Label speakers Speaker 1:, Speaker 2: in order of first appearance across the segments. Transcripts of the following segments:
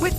Speaker 1: With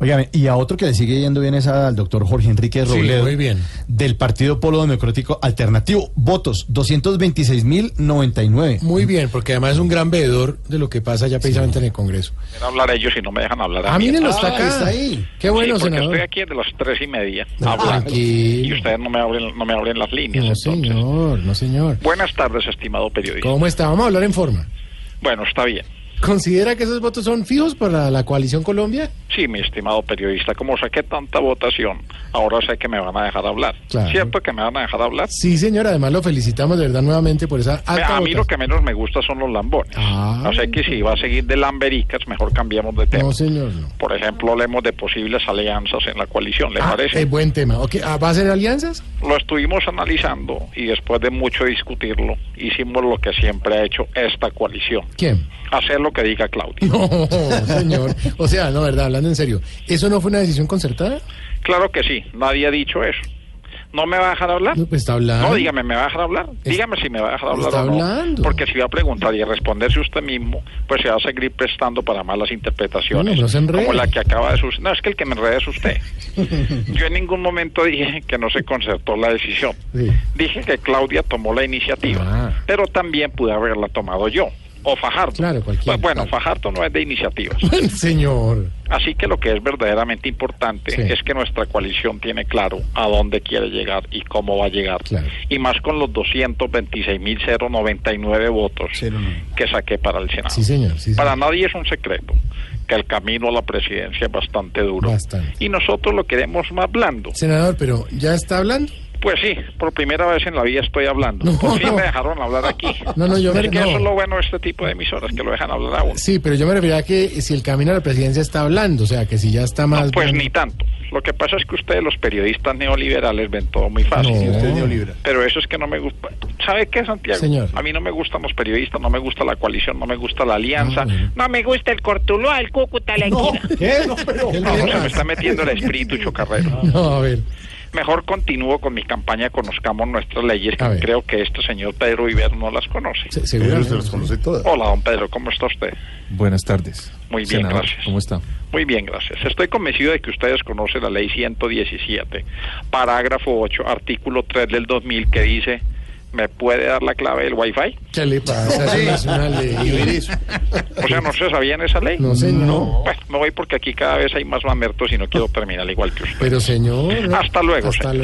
Speaker 2: Oigan, y a otro que le sigue yendo bien es al doctor Jorge Enrique Robledo.
Speaker 3: muy bien.
Speaker 2: Del Partido Polo Democrático Alternativo. Votos, 226.099.
Speaker 3: Muy bien, porque además es un gran veedor de lo que pasa ya precisamente en el Congreso.
Speaker 4: Quiero hablar a ellos y no me dejan hablar a
Speaker 3: Ah,
Speaker 4: mí.
Speaker 3: mírenlo, está acá.
Speaker 2: está ahí.
Speaker 3: Qué bueno,
Speaker 4: Sí, porque
Speaker 3: senador.
Speaker 4: estoy aquí desde las tres y media
Speaker 3: Ah,
Speaker 4: hablando y
Speaker 3: tranquilo.
Speaker 4: ustedes no me abren, no me abren las líneas.
Speaker 3: No,
Speaker 4: entonces.
Speaker 3: señor, no, señor.
Speaker 4: Buenas tardes, estimado periodista.
Speaker 3: ¿Cómo está? Vamos a hablar en forma.
Speaker 4: Bueno, está bien.
Speaker 3: ¿Considera que esos votos son fijos para la coalición Colombia?
Speaker 4: Sí, mi estimado periodista, como saqué tanta votación, ahora sé que me van a dejar hablar.
Speaker 3: Claro.
Speaker 4: ¿Cierto que me van a dejar hablar?
Speaker 3: Sí, señor. Además, lo felicitamos de verdad nuevamente por esa
Speaker 4: Me-
Speaker 3: alta
Speaker 4: a mí lo que
Speaker 3: votación.
Speaker 4: menos me gusta son los lambones.
Speaker 3: Ah.
Speaker 4: O sea que si va a seguir de lambericas, mejor cambiamos de tema.
Speaker 3: No, señor, no.
Speaker 4: Por ejemplo, hablemos de posibles alianzas en la coalición, ¿le
Speaker 3: Ah,
Speaker 4: parece?
Speaker 3: eh, buen tema. Ok, ah, ¿Va a ser alianzas?
Speaker 4: Lo estuvimos analizando y después de mucho discutirlo, hicimos lo que siempre ha hecho esta coalición.
Speaker 3: ¿Quién?
Speaker 4: Hacer lo que diga Claudia.
Speaker 3: No, señor. O sea, no, verdad, hablando en serio. ¿Eso no fue una decisión concertada?
Speaker 4: Claro que sí, nadie ha dicho eso. ¿No me va a dejar hablar?
Speaker 3: No, pues está hablando.
Speaker 4: No, dígame, ¿me va a dejar hablar?
Speaker 3: Es-
Speaker 4: Dígame si me va a dejar hablar
Speaker 3: está
Speaker 4: o no.
Speaker 3: hablando.
Speaker 4: Porque si va a preguntar y a responderse usted mismo, pues se va a seguir prestando para malas interpretaciones.
Speaker 3: Bueno, no se enrede.
Speaker 4: como la que acaba de sus... No, es que el que me enreda es usted. Yo en ningún momento dije que no se concertó la decisión.
Speaker 3: Sí.
Speaker 4: Dije que Claudia tomó la iniciativa,
Speaker 3: Ah.
Speaker 4: pero también pude haberla tomado yo. O Fajardo.
Speaker 3: Claro, cualquiera.
Speaker 4: Bueno,
Speaker 3: Claro.
Speaker 4: Fajardo no es de iniciativas.
Speaker 3: señor.
Speaker 4: Así que lo que es verdaderamente importante
Speaker 3: Sí.
Speaker 4: es que nuestra coalición tiene claro a dónde quiere llegar y cómo va a llegar.
Speaker 3: Claro.
Speaker 4: Y más con los 226.099 votos
Speaker 2: Cero nueve.
Speaker 4: que saqué para el Senado.
Speaker 3: Sí, señor. Sí,
Speaker 4: Ah. Para
Speaker 3: señor.
Speaker 4: nadie es un secreto que el camino a la presidencia es bastante duro.
Speaker 3: Bastante.
Speaker 4: Y nosotros lo queremos más blando.
Speaker 3: Senador, pero ¿ya está hablando?
Speaker 4: Pues sí, por primera vez en la vida estoy hablando.
Speaker 3: No.
Speaker 4: Por fin me dejaron hablar aquí.
Speaker 3: No, no, yo
Speaker 4: es
Speaker 3: me-
Speaker 4: que
Speaker 3: no.
Speaker 4: eso es lo bueno de este tipo de emisoras, que lo dejan hablar a uno.
Speaker 3: Sí, pero yo me refería a que si el camino a la presidencia está hablando, o sea, que si ya está
Speaker 4: No,
Speaker 3: más...
Speaker 4: pues
Speaker 3: bueno.
Speaker 4: ni tanto. Lo que pasa es que ustedes, los periodistas neoliberales, ven todo muy fácil.
Speaker 3: No.
Speaker 4: Pero eso es que no me gusta. ¿Sabe qué, Santiago?
Speaker 3: Señor.
Speaker 4: A mí no me gustan los periodistas, no me gusta la coalición, no me gusta la alianza.
Speaker 3: Ah, bueno.
Speaker 4: No me gusta el Cortuluá, el Cúcuta, la Equidad.
Speaker 3: ¿Qué? ¿Qué le
Speaker 4: No,
Speaker 3: dio
Speaker 4: se me
Speaker 3: más?
Speaker 4: está metiendo el espíritu chocarrero.
Speaker 3: No, a ver.
Speaker 4: Mejor continúo con mi campaña Conozcamos Nuestras Leyes,
Speaker 3: A
Speaker 4: que
Speaker 3: ver.
Speaker 4: creo que este señor Pedro Iber no las conoce.
Speaker 3: se- seguramente.
Speaker 4: Hola, don Pedro, ¿cómo está usted?
Speaker 5: Buenas tardes.
Speaker 4: Muy bien,
Speaker 5: Senador,
Speaker 4: gracias.
Speaker 5: ¿Cómo está?
Speaker 4: Muy bien, gracias. Estoy convencido de que ustedes conocen la ley 117, parágrafo 8, artículo 3 del 2000, que dice, ¿me puede dar la clave del Wi-Fi?
Speaker 3: ¿Qué le pasa? Eso no es una ley.
Speaker 4: O sea, ¿no se sabían esa ley?
Speaker 3: No, señor.
Speaker 4: Pues me voy porque aquí cada vez hay más mamertos y no quiero terminar igual que usted.
Speaker 3: Pero, señor...
Speaker 4: Hasta luego,
Speaker 3: Hasta
Speaker 4: señor.
Speaker 3: luego.